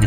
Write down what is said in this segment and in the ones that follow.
女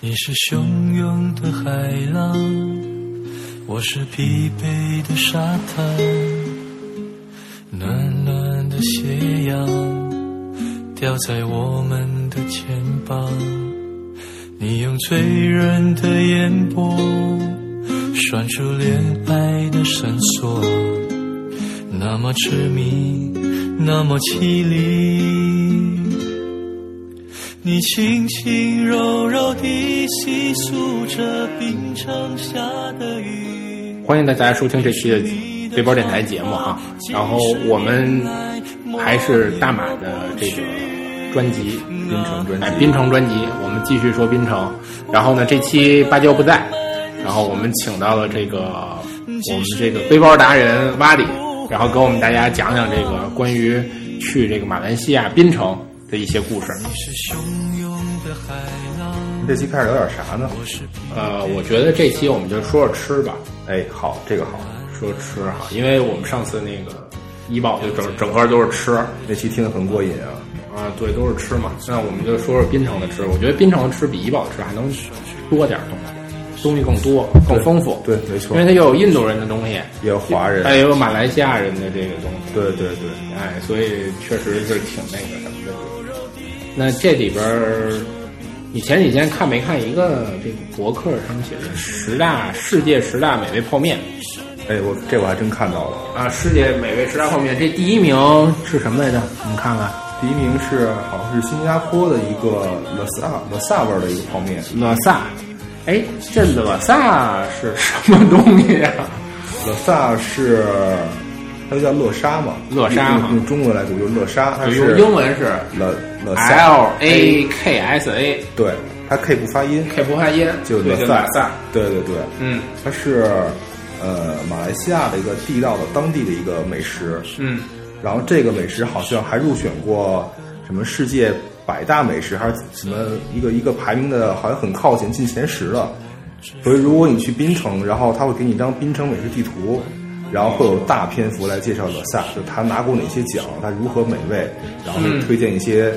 你是汹涌的海浪，我是疲惫的沙滩，暖暖的斜阳掉在我们的肩膀。你用醉人的眼波拴住恋爱的绳索，那么痴迷，那么凄厉。你轻轻柔柔地细诉着冰城下的雨。欢迎大家收听这期的背包电台节目哈，然后我们还是大马的这个专辑，槟城专哎，槟城专辑，我们继续说槟城。然后呢，这期芭蕉不在，然后我们请到了这个我们这个背包达人瓦里，然后给我们大家讲讲这个关于去这个马来西亚槟城的一些故事。你是汹涌的海浪，这期开始聊点啥呢？我是疲呃，我觉得这期我们就说说吃吧，哎，好，这个好，说吃哈，因为我们上次那个医保就整整盒都是吃，那期听得很过瘾啊。啊，对，都是吃嘛。那我们就说说槟城的吃，我觉得槟城的吃比怡保的吃还能多点儿东西，东西更多、更丰富。对，没错因为，它又有印度人的东西，也有华人它，也有马来西亚人的这个东西。对对对，哎，所以确实是挺那个什么的。那这里边儿，你前几天看没看一个这个博客上面写的十大世界十大美味泡面哎，我这我还真看到了，啊？世界美味十大泡面，这第一名是什么来着？你们看看。第一名是好像是新加坡的一个拉萨拉萨味儿的一个泡面，勒萨，哎，这勒萨是什么东西啊？拉萨是它叫乐沙嘛，乐沙嘛用用中文来读就是乐沙，它就是用英文是拉拉萨， L A K S A，对，它 K 不发音，开不发音，就对，拉就萨勒萨，，对对对，嗯它是呃马来西亚的一个地道的当地的一个美食，嗯，然后这个美食好像还入选过什么世界百大美食，还是什么一个一个排名的，好像很靠前进前十了。所以如果你去槟城，然后他会给你一张槟城美食地图，然后会有大篇幅来介绍乐萨，就他拿过哪些奖，他如何美味，然后会推荐一些。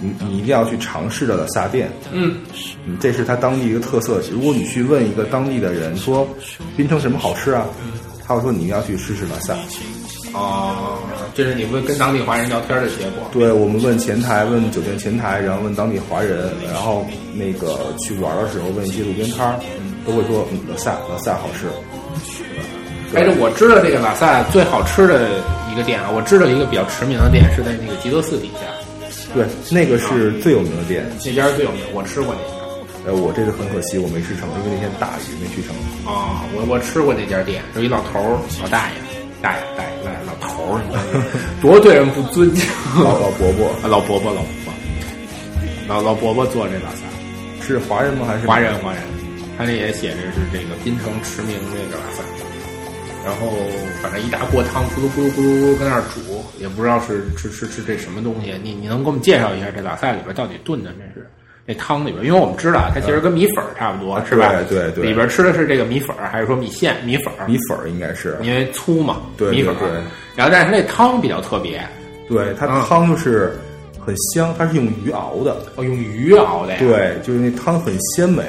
你你一定要去尝试的乐萨店，嗯，嗯，这是他当地一个特色。如果你去问一个当地的人说槟城什么好吃啊，他会说你要去试试乐萨。哦，这是你会跟当地华人聊天的结果。对我们问前台，问酒店前台，然后问当地华人，然后那个去玩的时候问一些路边摊儿，都会说嗯拉萨，拉萨好吃。哎，这我知道这个拉萨最好吃的一个店啊，我知道一个比较驰名的店是在那个吉德寺底下，对，那个是最有名的店。那家最有名，我吃过那家。呃，我这次很可惜我没吃成，因为那天大雨没去成。啊、我我吃过那家店，有一老头儿，老大爷，大爷，大爷，老老头儿，你 多对人不尊敬。老 老伯伯啊，老伯伯，老伯伯，老老伯伯做这拉萨，是华人吗？还是华人？华人，他这也写着是这个槟城驰名这个拉萨，然后反正一大锅汤咕噜咕噜咕噜咕噜跟那儿煮，也不知道是吃吃吃这什么东西，你你能给我们介绍一下这拉萨里边到底炖的这是？那汤里边，因为我们知道啊它其实跟米粉儿差不多，是吧？对对对里边吃的是这个米粉儿，还是说米线、米粉儿？米粉儿应该是。因为粗嘛，对米粉儿对对然后，但是它那汤比较特别，对，它嗯汤就是很香，它是用鱼熬的。哦，用鱼熬的呀。，对，就是那汤很鲜美。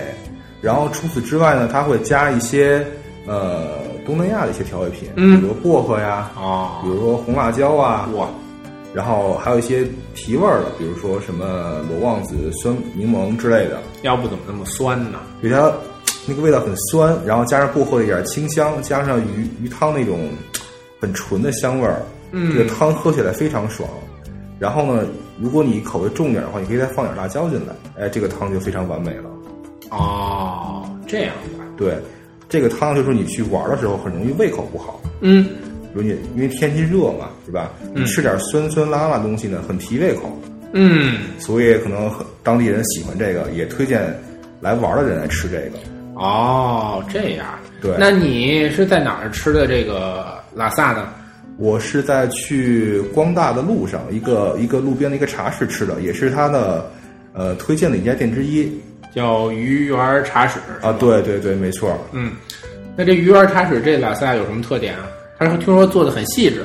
然后除此之外呢，它会加一些呃东南亚的一些调味品，嗯比如薄荷呀，比哦，如说红辣椒啊，哇，然后还有一些提味儿的，比如说什么罗望子、酸柠檬之类的，要不怎么那么酸呢？给它那个味道很酸，然后加上薄荷的一点清香，加上鱼鱼汤那种很纯的香味儿，这个汤喝起来非常爽。然后呢，如果你口味重点的话，你可以再放点辣椒进来，哎，这个汤就非常完美了。哦，这样的，对，这个汤就是你去玩的时候很容易胃口不好，嗯，如你因为天气热嘛，是吧？你吃点酸酸辣辣的东西呢，很提胃口，嗯，所以可能很当地人喜欢这个，也推荐来玩的人来吃这个。哦，这样。对那你是在哪儿吃的这个拉萨呢？我是在去光大的路上，一个一个路边的一个茶室吃的，也是他的呃推荐的一家店之一叫鱼园茶室。啊。对对对，没错，嗯，那这鱼园茶室这拉萨有什么特点啊？他说听说做的很细致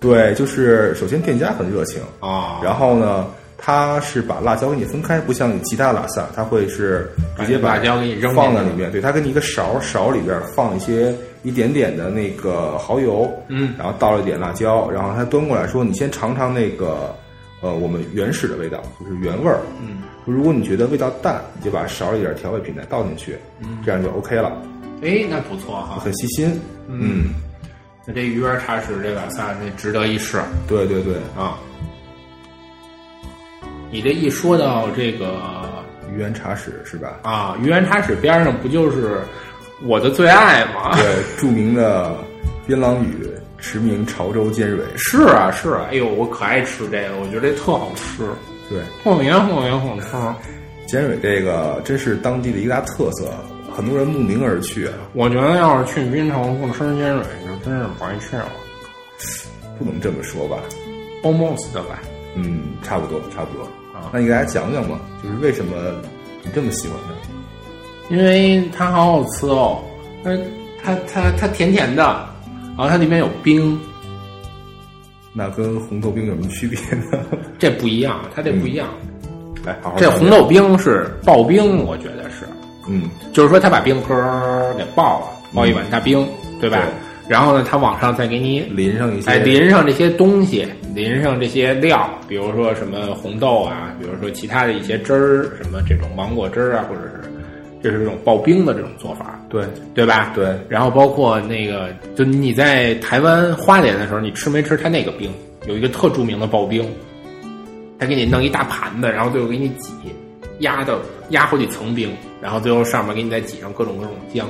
对，就是首先店家很热情，哦，然后呢，他是把辣椒给你分开，不像你其他拉萨，他会是直接把把辣椒给你扔进去放在里面，对，他给你一个勺，勺里边放一些一点点的那个蚝油，嗯，然后倒了一点辣椒，然后他端过来说：“你先尝尝那个，呃，我们原始的味道，就是原味儿。嗯，如果你觉得味道淡，你就把勺里点调味品再倒进去，嗯这样就 OK 了，哎，那不错哈。很细心。嗯嗯，那这鱼园茶室这拉萨那值得一试对对对，啊。你这一说到这个鱼圆茶室是吧？啊，鱼园茶室边上不就是我的最爱吗？对，著名的槟榔雨，驰名潮州尖锐。是啊，是啊，哎呦，我可爱吃这个，我觉得这特好吃，对，晃圆晃圆晃吃。尖锐这个真是当地的一大特色，很多人慕名而去啊，我觉得要是去槟城不吃尖蕊，就真是白去了不能这么说吧？ ，almost 吧。嗯，差不多，差不多。啊那你给大家讲讲吧，就是为什么你这么喜欢它？因为它好好吃哦，它它它它甜甜的，然后它里面有冰，那跟红豆冰有什么区别呢？ 这不一样，它这不一样。来，好好这讲红讲，豆冰是刨冰，我觉得是，嗯，就是说它把冰壳儿给爆了，爆一碗大冰，对吧？对然后呢，它往上再给你淋上一些，哎，淋上这些东西，淋上这些料，比如说什么红豆啊，比如说其他的一些汁儿，什么这种芒果汁儿啊，或者是这是这种刨冰的这种做法，对对吧？。对，然后包括那个，就你在台湾花莲的时候，你吃没吃它那个冰？有一个特著名的刨冰，他给你弄一大盘子，然后最后给你挤，压的压好几层冰，然后最后上面给你再挤上各种各种酱，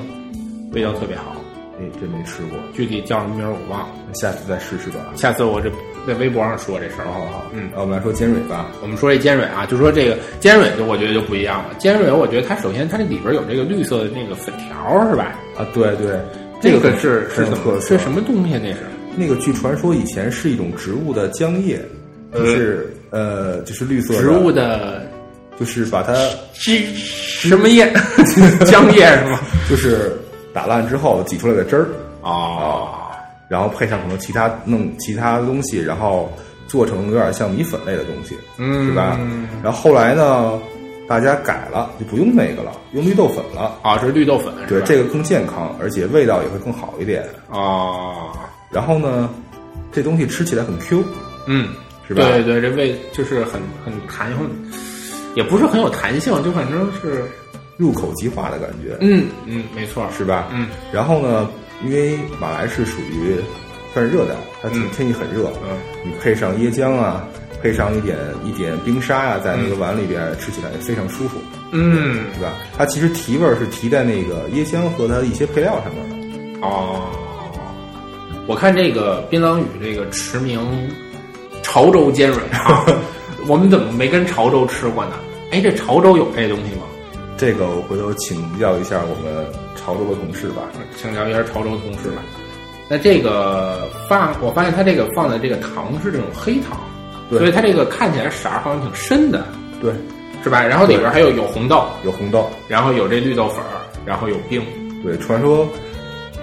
味道特别好。哎，真没吃过，具体叫什么名儿我忘了。下次再试试吧。下次我这在微博上说这事儿好啊。好好，哦嗯那我们来说尖锐吧，我们说这尖蕊啊，就说这个尖蕊，就我觉得就不一样了。尖蕊，我觉得它首先它这里边有这个绿色的那个粉条儿是吧？啊，对对，这个个是是很有怎么特是色，什么东西？那是那个据传说以前是一种植物的浆液，就是呃，就是绿色的植物，的就是把它枝什么 叶？浆叶是 吗？就是打烂之后挤出来的汁儿，哦，然后配上可能其他弄其他的东西，然后做成有点像米粉类的东西，嗯是吧？然后后来呢，大家改了，就不用那个了，用绿豆粉了。哦，这是绿豆粉是对，吧？这个更健康，而且味道也会更好一点。哦，然后呢，这东西吃起来很 Q，嗯，是吧对对，这味就是很很弹性，也不是很有弹性，就反正是入口即化的感觉，嗯嗯，没错，是吧？嗯然后呢，因为马来是属于算是热带，它天嗯天气很热，嗯。你配上椰浆啊，配上一点一点冰沙呀、在那个碗里边吃起来也非常舒服，嗯对吧？它其实提味儿是提在那个椰浆和它的一些配料上面的。哦，我看这个槟榔屿这个驰名潮州尖蕊啊， 我们怎么没跟潮州吃过呢？哎，这潮州有这东西吗？这个我回头请教一下我们潮州的同事吧。请教一下潮州同事吧。那这个放，我发现它这个放的这个糖是这种黑糖，对所以它这个看起来色儿好像挺深的，对，是吧？然后里边还有有红豆，有红豆，然后有这绿豆粉儿，然后有冰。对，传说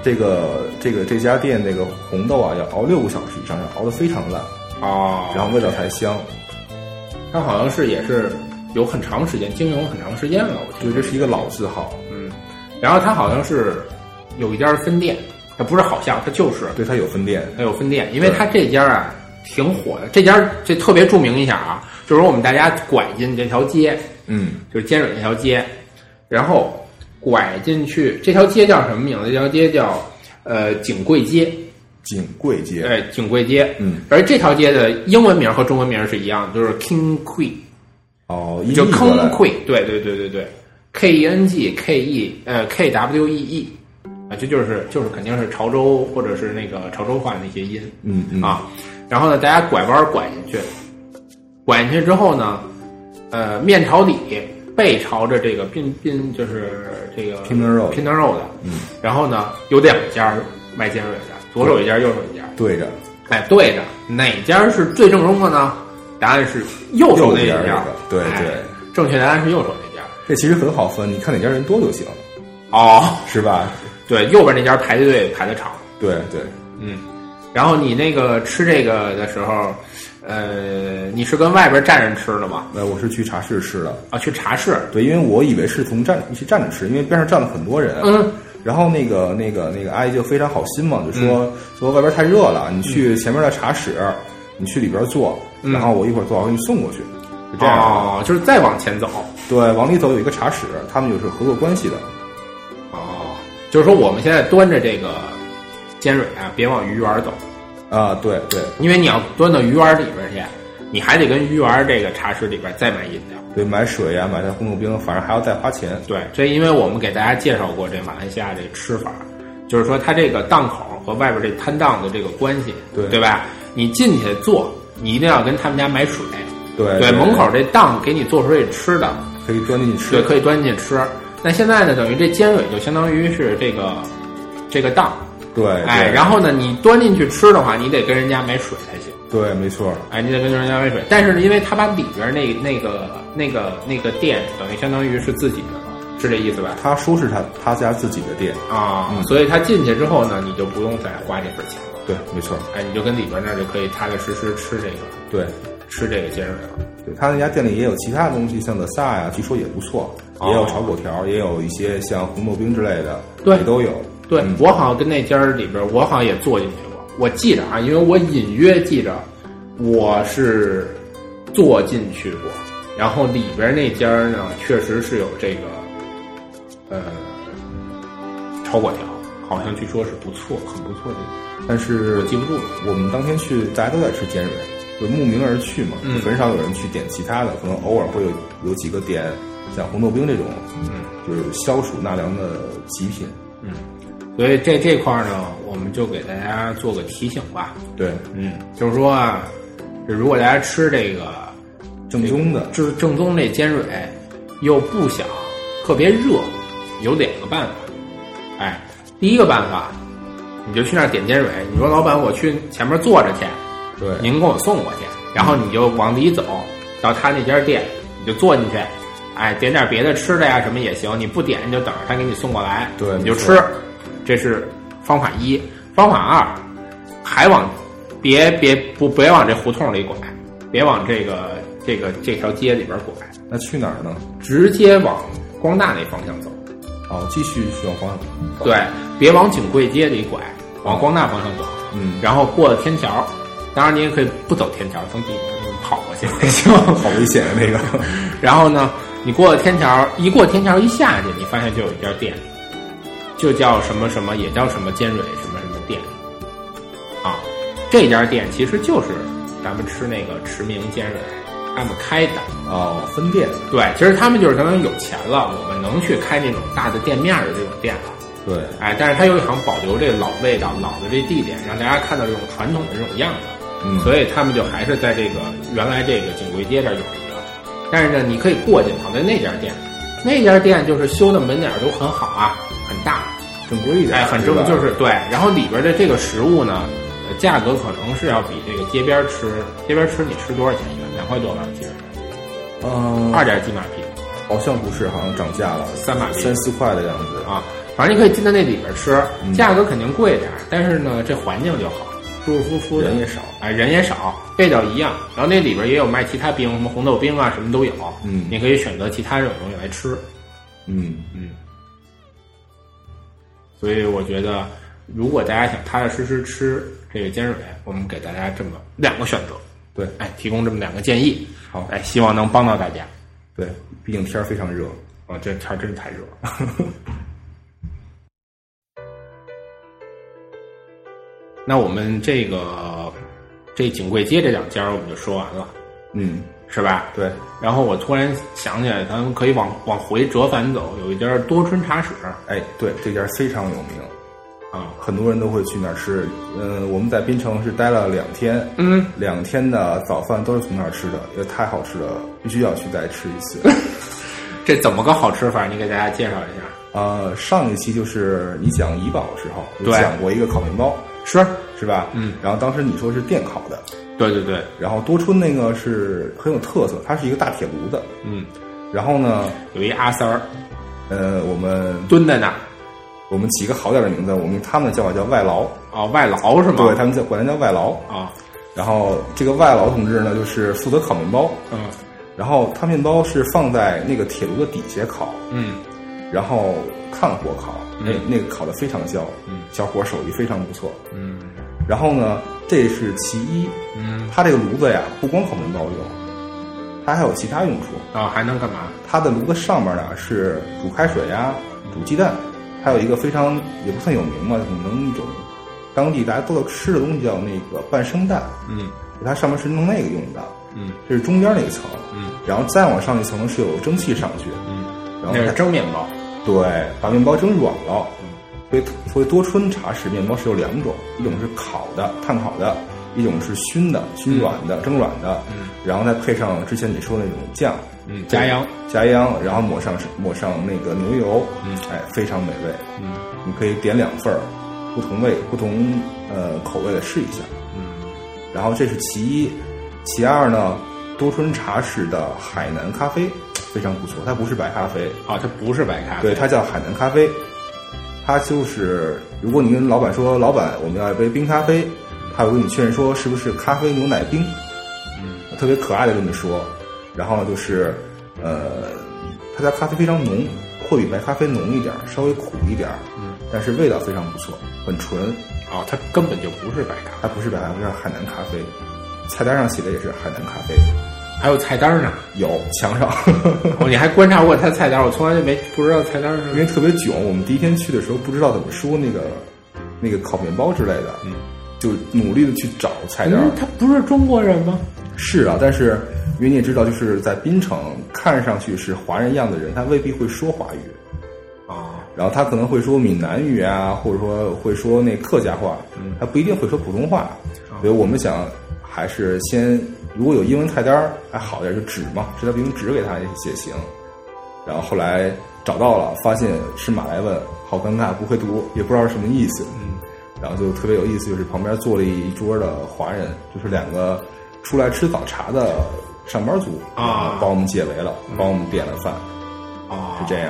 这个这个这家店那个红豆啊，要熬六个小时以上，要熬得非常烂，哦然后味道才香。它好像是也是有很长时间经营了很长时间了，我听对，这是一个老字号，嗯，然后它好像是有一家分店，它不是好像，它就是对，它有分店。它有分店，因为它这家啊挺火的，这家这特别著名一下啊，就是说我们大家拐进这条街，嗯，就是尖水那条街，然后拐进去这条街叫什么名字？这条街叫呃景贵街，锦贵街。对，景贵街。嗯，而这条街的英文名和中文名是一样的，就是 King Queen。哦，音就译过来 Keng Kui，对对对对对，K E N G K E 呃 K W E E，啊，这就是就是肯定是潮州或者是那个潮州话的那些音，嗯嗯啊，然后呢，大家拐弯儿拐进去，拐进去之后呢，呃，面朝里，背朝着这个滨滨就是这个 Pindon Road 拼灯肉的，嗯，然后呢，有两家卖煎饼的，左手一家，右手一家，对着哎，对着哪家是最正宗的呢？答案是右手那一右边那家个，对哎对，正确答案是右手那家。这其实很好分，你看哪家人多就行，哦，是吧？对，右边那家排队排的长，对对，嗯，然后你那个吃这个的时候，呃，你是跟外边站着吃的吗？呃，我是去茶室吃的，啊，去茶室，对，因为我以为是从站一起站着吃，因为边上站了很多人。嗯，然后那个那个那个阿姨就非常好心嘛，就说、嗯说外边太热了，你去前面的茶室，你去里边坐，然后我一会儿做好给你送过去，就这样。嗯哦，就是再往前走，对，往里走有一个茶室，他们有是合作关系的。哦，就是说我们现在端着这个尖蕊啊，别往鱼圆走，啊，对对因为你要端到鱼圆里边去，你还得跟鱼圆这个茶室里边再买饮料。对，买水呀、买袋红豆冰，反正还要再花钱。对，这因为我们给大家介绍过这马来西亚这吃法，就是说它这个档口和外边这摊档的这个关系，对对吧？你进去坐，你一定要跟他们家买水。对对，对门口这档给你做出这吃的，可以端进去对，吃。可以端进去吃。那现在呢，等于这尖蕊就相当于是这个这个档，对，对哎，然后呢，你端进去吃的话，你得跟人家买水才行。对，没错，哎，你得跟人家买水，但是呢，因为他把里边那那个那个那个店，等于相当于是自己的了，是这意思吧？他说是他他家自己的店。啊、所以他进去之后呢，你就不用再花这份钱了，对，没错，哎，你就跟里边那儿就可以踏踏实实吃这个对。吃这个煎饼了。对，他那家店里也有其他的东西，像的萨呀，据说也不错，哦也有炒粿条，也有一些像红豆冰之类的，对也都有。对、我好像跟那家儿里边，我好像也坐进去过，我记着啊，因为我隐约记着我是坐进去过，然后里边那家儿呢，确实是有这个呃炒粿条，好像据说是不错，很不错的，但是我记不住了。我们当天去，大家都在吃尖蕊，就慕名而去嘛，嗯就很少有人去点其他的，可能偶尔会有有几个点像红豆冰这种，嗯，就是消暑纳凉的极品。所以这这块儿呢，我们就给大家做个提醒吧。对，嗯，就是说啊，这如果大家吃这个正宗的，就是正宗这尖蕊，又不想特别热，有两个办法。哎，第一个办法，你就去那儿点尖蕊，你说老板，我去前面坐着去，对，您给我送过去，然后你就往里走，到他那家店，你就坐进去，哎，点点别的吃的呀什么也行，你不点你就等着他给你送过来，对你就没错吃，这是方法一。方法二，还往别别不别往这胡同里拐，别往这个这个这条街里边拐，那去哪儿呢？直接往光大那方向走。哦，继续去往黄河。对，别往锦贵街里拐，往光大方向走。嗯然后过了天桥，当然你也可以不走天桥，从底下跑过去 也行。好危险啊！那个，然后呢，你过了天桥，一过天桥一下去，你发现就有一家店，就叫什么什么，也叫什么尖蕊什么什么店，啊，这家店其实就是咱们吃那个驰名尖蕊他们开的。 哦，分店，对，其实他们就是相当于有钱了，我们能去开那种大的店面的这种店了。对，哎，但是它又想保留这老味道、老的这地点，让大家看到这种传统的这种样子，嗯，所以他们就还是在这个原来这个锦贵街这儿有一个，但是呢，你可以过去跑到那家店，那家店就是修的门脸儿都很好啊，很大，正规一点，哎，很正是吧就是对，然后里边的这个食物呢，呃价格可能是要比这个街边儿吃，街边儿吃你吃多少钱一个？两块多吧，其实嗯，二点几马币。好像不是，好像涨价了，三马币三四块的样子。啊，反正你可以进到那里边吃，价格肯定贵点儿，但是呢，这环境就好，舒舒服服的，人也少，哎，人也少，味道一样。然后那里边也有卖其他冰，什么红豆冰啊，什么都有，嗯你可以选择其他这种东西来吃，嗯，嗯。所以我觉得，如果大家想踏踏实实吃这个煎水，我们给大家这么两个选择，对哎，提供这么两个建议，好哎，希望能帮到大家。对，毕竟天儿非常热。啊，这天儿真太热了。 那我们这个这锦贵街这两家儿我们就说完了，嗯，是吧？。对，然后我突然想起来，咱们可以往往回折返走，有一家多春茶室，哎，对，这家非常有名，啊，很多人都会去那儿吃。呃，我们在槟城是待了两天，嗯，两天的早饭都是从那儿吃的，也太好吃了，必须要去再吃一次。这怎么个好吃法？你给大家介绍一下。呃，上一期就是你讲怡宝的时候，我对讲过一个烤面包，是，是吧？嗯，然后当时你说是电烤的，对对对，然后多春那个是很有特色，它是一个大铁炉子。嗯，然后呢，有一阿三儿呃，我们蹲在那儿，我们起个好点的名字，我们他们的叫法叫外劳，哦，外劳是吗？对他们叫管他叫外劳。啊，然后这个外劳同志呢，就是负责烤面包，嗯然后他面包是放在那个铁炉的底下烤，嗯，然后炭火烤，那、嗯那个烤的非常焦，嗯小伙手艺非常不错。嗯然后呢，这是其一，嗯，它这个炉子呀，不光烤面包用，它还有其他用处。啊，还能干嘛？它的炉子上面呢是煮开水呀、煮鸡蛋，还有一个非常也不算有名嘛，可能一种当地大家都吃的东西叫那个半生蛋，嗯它上面是弄那个用的，嗯这是中间那一层，嗯然后再往上一层是有蒸汽上去，嗯，然后那是它蒸面包。嗯对把面包蒸软了，所以所以多春茶室面包是有两种，一种是烤的炭烤的，一种是熏的熏软的、蒸软的，嗯然后再配上之前你说的那种酱，嗯，家阳。加秧，然后抹上抹上那个牛油，嗯哎，非常美味。嗯你可以点两份儿，不同味、不同呃口味的试一下。嗯然后这是其一，其二呢，多春茶室的海南咖啡非常不错，它不是白咖啡，啊，它不是白咖啡。对，它叫海南咖啡。它就是，如果你跟老板说，老板我们要一杯冰咖啡，他会跟你确认说是不是咖啡牛奶冰，嗯特别可爱的这么说。然后呢，就是，呃，他家咖啡非常浓，会比白咖啡浓一点儿，稍微苦一点儿，嗯，但是味道非常不错，很纯。啊，它根本就不是白咖啡。它不是白咖啡，它是海南咖啡。菜单上写的也是海南咖啡，还有菜单呢。有墙上。哦，你还观察过它的菜单？我从来就没不知道菜单因是。为特别囧，我们第一天去的时候不知道怎么说那个那个烤面包之类的，嗯就努力的去找菜单。嗯，他不是中国人吗？是啊，但是因为你也知道，就是在槟城看上去是华人样的人，他未必会说华语。啊，然后他可能会说闽南语啊，或者说会说那客家话，嗯哦他不一定会说普通话。所以我们想还是先，如果有英文菜单儿还好点，就指嘛，实在不行指给他也行。然后后来找到了，发现是马来文，好尴尬，不会读，也不知道是什么意思。嗯然后就特别有意思，就是旁边坐了一桌的华人，就是两个出来吃早茶的上班族啊帮我们解围了，帮我们点了饭，啊，是这样。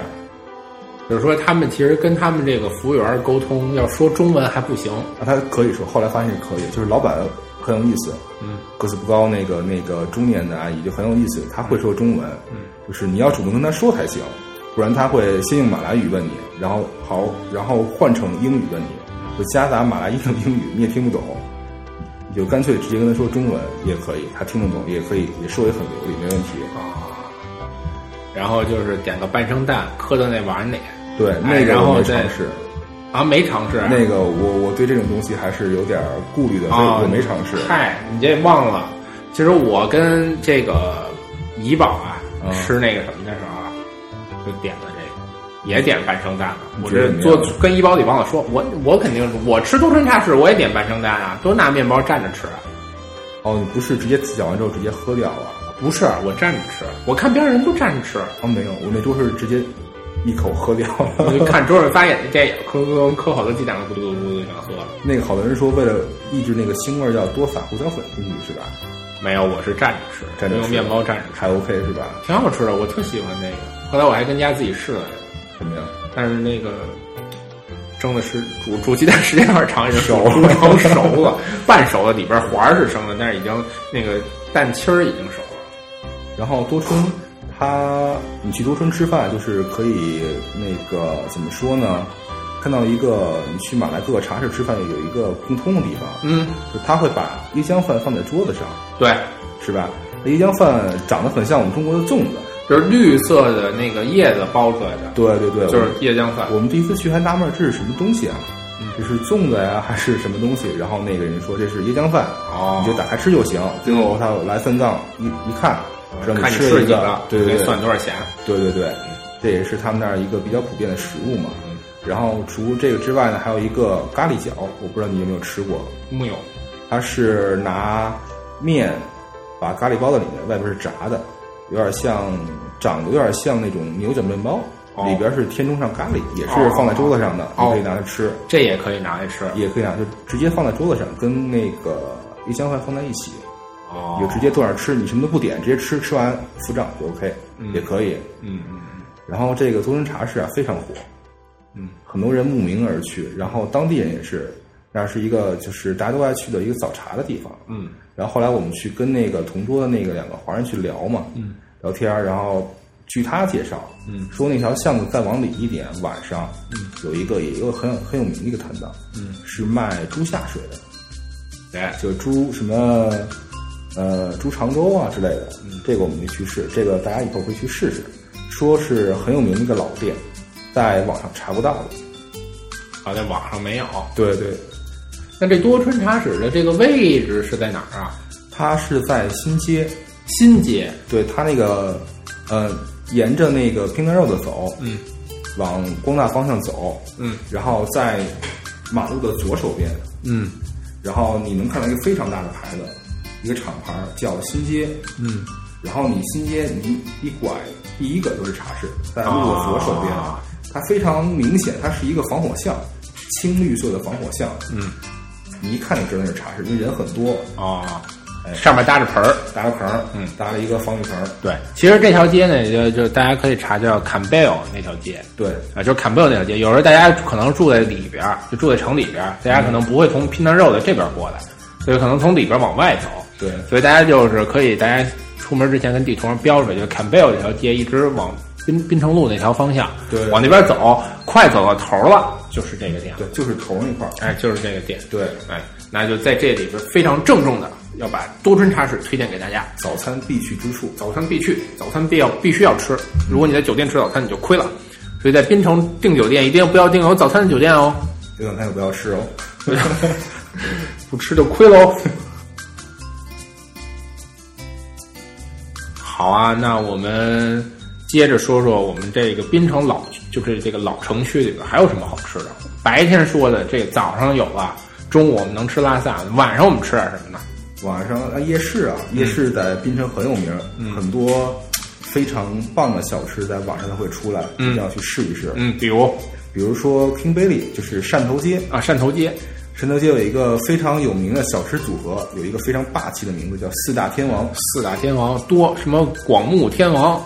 就是说他们其实跟他们这个服务员沟通，要说中文还不行。啊，他可以说，后来发现是可以，就是老板很有意思，嗯个子不高那个那个中年的阿姨就很有意思，她会说中文，嗯就是你要主动跟她说才行，不然她会先用马来语问你，然后好，然后换成英语问你，就夹杂马来语的英语，你也听不懂，你就干脆直接跟她说中文也可以，她听得懂，也可以，也说也很流利，没问题。啊，然后就是点个半生蛋，磕到那碗里。对，哎那个然我后没再尝试，啊，没尝试啊。那个我我对这种东西还是有点儿顾虑的，所以啊我没尝试。嗨，你这忘了？其实我跟这个怡宝啊、嗯吃那个什么的时候啊，就点了这个，也点半生蛋了。你我觉得这怎么做样跟怡宝得忘了说，我我肯定是我吃多春茶室我也点半生蛋啊，都拿面包蘸着吃啊。哦，你不是直接讲完之后直接喝掉啊？不是，我蘸着吃，我看边上人都蘸着吃， 哦，没有，我那桌是直接一口喝掉我了。 就看桌上发现这也磕磕磕好多鸡蛋，咕嘟咕嘟咕嘟想喝了。那个好多人说，为了抑制那个腥味儿，要多撒胡椒粉进去，是吧？没有，我是蘸着吃，蘸着用吃面包蘸着吃，还 OK 是吧？挺好吃的，我特喜欢那个。后来我还跟家自己试了试。怎么样？但是那个蒸的时煮煮鸡蛋时间有点长，已经熟煮成熟了，半熟了，里边黄儿是生的，但是已经那个蛋清儿已经熟了。然后多春，他你去多春吃饭，就是可以那个怎么说呢？看到一个你去马来各个茶室吃饭有一个共通的地方，嗯，就他会把椰浆饭放在桌子上，对，是吧？那椰浆饭长得很像我们中国的粽子，就是绿色的那个叶子包出来的，对对对，就是椰浆饭。啊我们第一次去还纳闷儿这是什么东西啊嗯，这是粽子呀 还是什么东西？然后那个人说这是椰浆饭，哦你就打开吃就行。最后他来三杠一一看，让看你吃了是一几个个，，对给对对算多少钱。对对对，这也是他们那儿一个比较普遍的食物嘛。嗯然后除这个之外呢，还有一个咖喱饺，我不知道你有没有吃过，木有，它是拿面把咖喱包在里面，外边是炸的，有点像长得有点像那种牛角面包，哦里边是填充上咖喱，也是放在桌子上的，哦你可以拿它吃，这也可以拿来吃。也可以拿就直接放在桌子上，跟那个一箱饭放在一起，哦你就直接坐那儿吃，你什么都不点，直接吃，吃完付账就 OK，、也可以。嗯嗯然后这个宗仁茶室啊非常火，嗯，很多人慕名而去，然后当地人也是，那是一个就是大家都爱去的一个早茶的地方，嗯，然后后来我们去跟那个同桌的那个两个华人去聊嘛，嗯，聊天儿，然后据他介绍，嗯，说那条巷子再往里一点，晚上，嗯，有一个也有很有很有名的一个摊档，嗯，是卖猪下水的，对，就猪什么呃猪长洲啊之类的，这个我们没去试，这个大家以后可以去试试，说是很有名的一个老店，在网上查不到的。好在网上没有。对对，那这多春茶室的这个位置是在哪儿啊？它是在新街，新街。对它那个呃沿着那个平潭 road 走，嗯，往光大方向走，嗯，然后在马路的左手边，嗯然后你能看到一个非常大的牌子，一个厂牌叫新街，嗯，然后你新街你一拐，第一个就是茶室，在路的左手边，啊它非常明显，它是一个防火巷，青绿色的防火巷，嗯，你一看就知道那是茶室，因为人很多，哦哎，上面搭着盆儿。搭了棚儿，嗯搭了一个防御棚儿，对，其实这条街呢，就就大家可以查叫坎贝尔那条街。对，啊，就是坎贝尔那条街，有时候大家可能住在里边儿，就住在城里边嗯儿，大家可能不会从拼单肉的这边儿过来，所以可能从里边儿往外走。对所以大家就是可以，大家出门之前跟地图上标出来，就是坎贝尔这条街一直往滨滨城路那条方向，对往那边走，快走到头了，就是这个店。对，就是头那块儿，哎，就是这个店。对，哎，那就在这里边非常郑重的要把多春茶室推荐给大家，早餐必去之处，早餐必去，早餐必要必须要吃。如果你在酒店吃早餐，你就亏了。所以在滨城订酒店一定不要订有早餐的酒店哦，这两天可不要吃哦。不吃就亏喽。好啊，那我们接着说说我们这个滨城老，就是这个老城区里边还有什么好吃的？白天说的这个早上有了，中午我们能吃拉萨，晚上我们吃点什么呢？晚上啊，夜市啊，夜市在滨城很有名，很多非常棒的小吃在晚上都会出来，一定要去试一试。嗯，比如比如说 King Bailey，就是汕头街，啊，汕头街，汕头街有一个非常有名的小吃组合，有一个非常霸气的名字叫四大天王。四大天王多什么广目天 王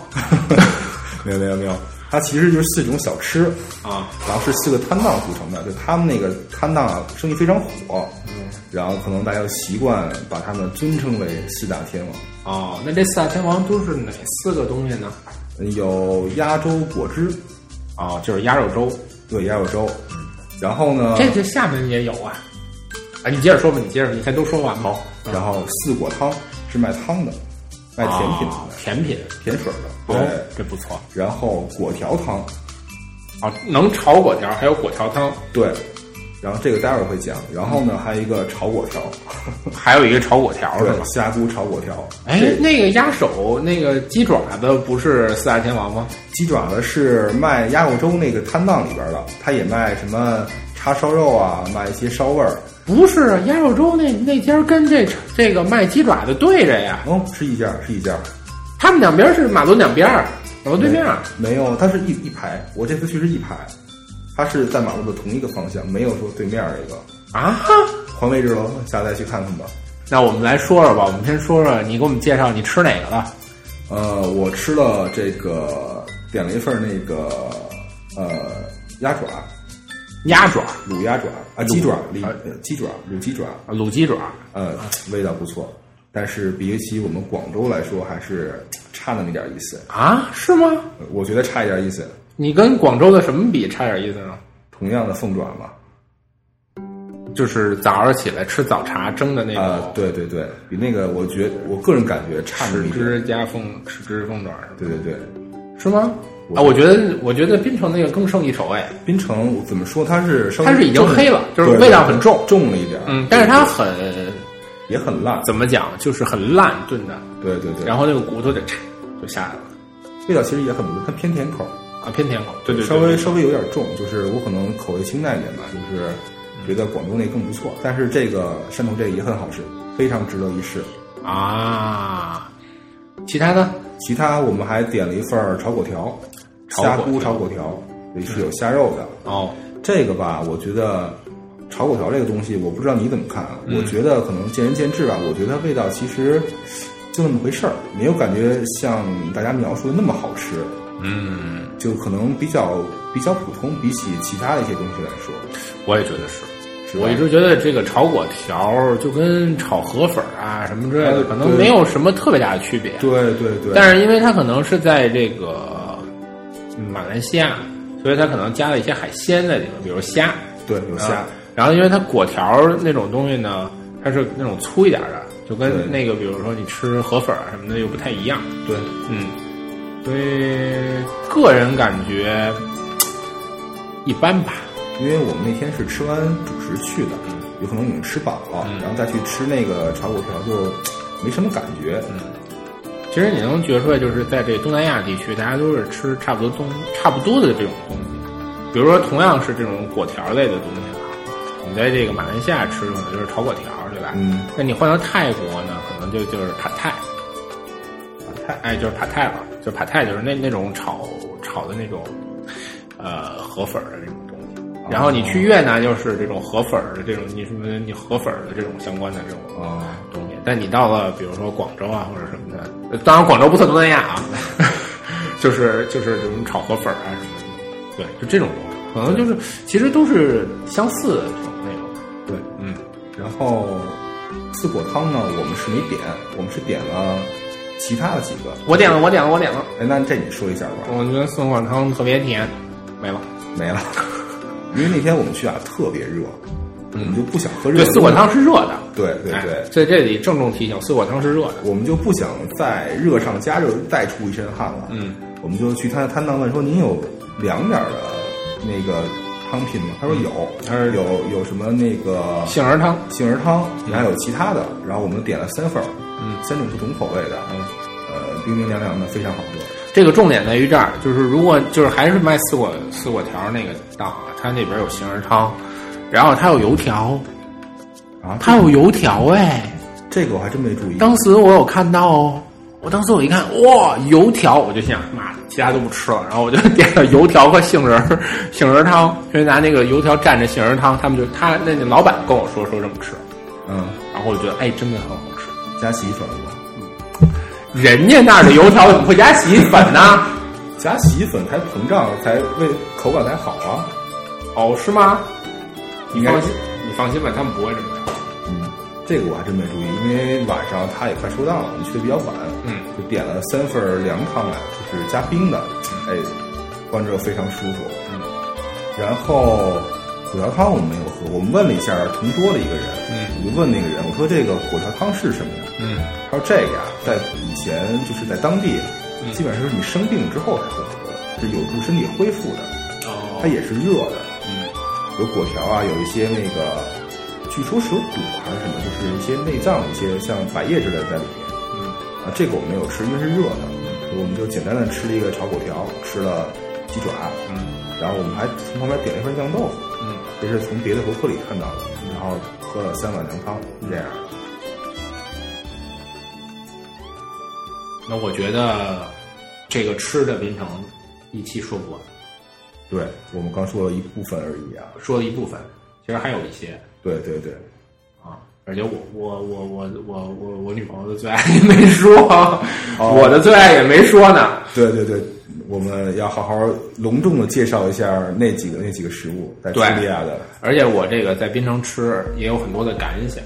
没有没有没有，它其实就是四种小吃，啊，然后是四个摊档组成的，就他们那个摊档啊，生意非常火，然后可能大家习惯把他们尊称为四大天王。哦，那这四大天王都是哪四个东西呢？有压粥果汁，哦，就是鸭肉粥，呃对，鸭肉粥。嗯然后呢，这这厦门也有啊。啊，你接着说吧，你接着，你先都说完吧。然后四果汤是卖汤的，卖甜品的，哦甜品，甜水的。对，哦，这不错。然后果条汤，哦，能炒果条，还有果条汤，对，然后这个待会儿会讲。然后嗯呢，还有一个炒果条，还有一个炒果条是对吧，？虾菇炒果条。哎，那个鸭手，那个鸡爪子不是四大天王吗？鸡爪子是卖鸭肉粥那个摊档里边的，他也卖什么叉烧肉啊，卖一些烧味儿。不是啊，鸭肉粥那那家跟这这个卖鸡爪的对着呀，哦，是一家，是一家，他们两边是马路两边儿，马哦路对面儿。啊没有，它是一一排。我这次去是一排，它是在马路的同一个方向，没有说对面这个。啊哈！换位置喽，下次再去看看吧。那我们来说说吧，我们先说说你给我们介绍你吃哪个了？呃，我吃了这个，点了一份那个呃鸭爪，鸭爪、卤鸭爪啊，鸡爪，卤里呃鸡爪，卤鸡爪，卤鸡爪，呃，味道不错，但是比起我们广州来说，还是差那么一点意思。啊，是吗？呃我觉得差一点意思，你跟广州的什么比差点意思呢？同样的凤爪嘛，就是早上起来吃早茶蒸的那啊、个对对对，比那个我觉我个人感觉差那么豉一点。汁加凤豉汁凤爪是吧对对对，是吗？我啊，我觉得我觉得滨城那个更胜一筹哎，槟城我怎么说，它是稍微它是已经重黑了，就是对味道很重，重了一点，嗯，但是它很也很辣。怎么讲，就是很烂炖的，对对对，然后那个骨头得嚓就下来了。味道其实也很不错，它偏甜口儿。啊，偏甜口，对对，对稍微对稍微有点重，就是我可能口味清淡一点吧，就是嗯觉得广东那更不错，但是这个汕头这个也很好吃，非常值得一试。啊，其他的其他我们还点了一份儿炒粿条，炒虾粿菇条炒粿条，也是有虾肉的。哦，这个吧，我觉得炒粿条这个东西，我不知道你怎么看，啊嗯我觉得可能见仁见智吧。我觉得它味道其实就那么回事儿，没有感觉像大家描述的那么好吃，嗯，就可能比较比较普通，比起其他的一些东西来说，我也觉得是。是吧我一直觉得这个炒粿条儿就跟炒河粉儿啊什么之类的，哎可能对没有什么特别大的区别。对对对，但是因为它可能是在这个嗯马来西亚，所以它可能加了一些海鲜在里面，比如虾。对有虾啊，然后因为它果条儿那种东西呢，它是那种粗一点儿的，就对跟那个比如说你吃河粉儿啊什么的又不太一样。对嗯，所以个人感觉一般吧。因为我们那天是吃完主食去的，有可能已经吃饱了，然后再去吃那个炒粿条就没什么感觉。其实你能觉出来，就是在这东南亚地区，大家都是吃差不多东差不多的这种东西，比如说同样是这种果条类的东西啊，你在这个马来西亚吃可能就是炒粿条，对吧？嗯，那你换到泰国呢，可能就就是帕泰， Pad Thai 哎，就是帕泰了，就帕泰就是那那种炒炒的那种，呃，河粉儿的那种东西。然后你去越南就是这种河粉儿的这种，你什么你河粉儿的这种相关的这种啊、东西。但你到了比如说广州啊或者什么的，呃当然广州不算东南亚啊， 就是就是这种炒河粉儿啊什么的，对，就这种东西，可能就是其实都是相似的这种内容。对。嗯，然后四果汤呢，我们是没点，我们是点了其他的几个。我点了，我点了，我点了。哎，那这你说一下吧，我觉得宋管汤特别甜，没了。没了。 因为那天我们去啊，特别热，我们就不想喝热对，的。四果，汤是热的。对对对，哎所以这里郑重提醒，四果汤是热的。我们就不想再热上加热，再出一身汗了。嗯，我们就去他的摊档问说：“您有凉点儿的那个汤品吗？”他说有，他说有有什么那个嗯杏仁汤，嗯杏仁汤，然后有其他的，然后我们点了三份儿，嗯，三种不同口味的，嗯，呃，冰冰凉凉的，非常好喝。这个重点在于这儿，就是如果就是还是卖四果四果条那个档啊，它那边有杏仁汤，然后它有油条，啊，它有油条哎，这个我还真没注意。当时我有看到哦，我当时我一看哇油条，我就想妈的其他都不吃了，然后我就点了油条和杏仁儿杏仁儿汤，因为拿那个油条蘸着杏仁儿汤，他们就他那老板跟我说说这么吃，嗯，然后我就觉得哎真的很好吃。加洗衣粉了吗？人家那儿的油条怎么会加洗衣粉呢？加洗衣粉才膨胀，才味口感才好啊。哦，是吗？你应该放是心，你放心吧，他们不会这么着。嗯，这个我还真没注意，因为晚上他也快收档了，我们去的比较晚，嗯，就点了三份儿凉汤来，就是加冰的，哎，光着非常舒服。嗯，然后果条汤我们没有喝，我们问了一下同桌的一个人，嗯我就问那个人，我说这个果条汤是什么呀？嗯，他说这个呀、在以前就是在当地，嗯基本上是你生病之后才会喝，是有助身体恢复的，哦它也是热的，嗯有果条啊，有一些那个，据说是有肚还是什么，就是一些内脏，一些像百叶之类的在里面。嗯，啊，这个我没有吃，因为是热的，我们就简单的吃了一个炒粿条，吃了鸡爪，嗯然后我们还从旁边点了一份酱豆腐，嗯，这是从别的博客里看到的，然后喝了三碗凉汤，是这样。那我觉得这个吃的槟城一期说不完，对我们刚说了一部分而已啊，说了一部分，其实还有一些对对对，啊。而且我我我我我我我女朋友的最爱也没说，哦我的最爱也没说呢。对对对，我们要好好隆重的介绍一下那几个那几个食物，在叙对利亚的，而且我这个在槟城吃也有很多的感想，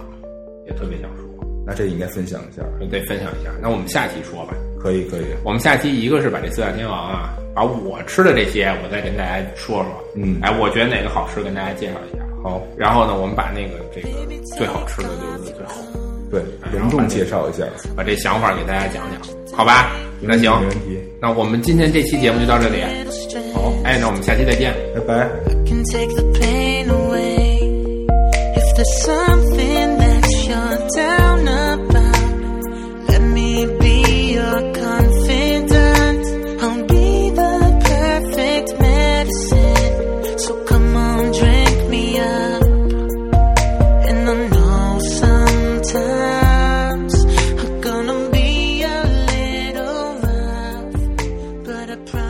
也特别想说，那这应该分享一下。得分享一下。那我们下期说吧。可以可以，我们下期一个是把这四大天王啊，把我吃的这些，我再跟大家说说。嗯哎，我觉得哪个好吃，跟大家介绍一下。好，然后呢，我们把那个这个最好吃的留在最后，对，隆重介绍一下，把这想法给大家讲讲，好吧？那行，没问题，那我们今天这期节目就到这里。好。哎，那我们下期再见。拜拜。 can take the pain away. If there's something that you're down about, let me be your confidant. I'll be the perfect at a price.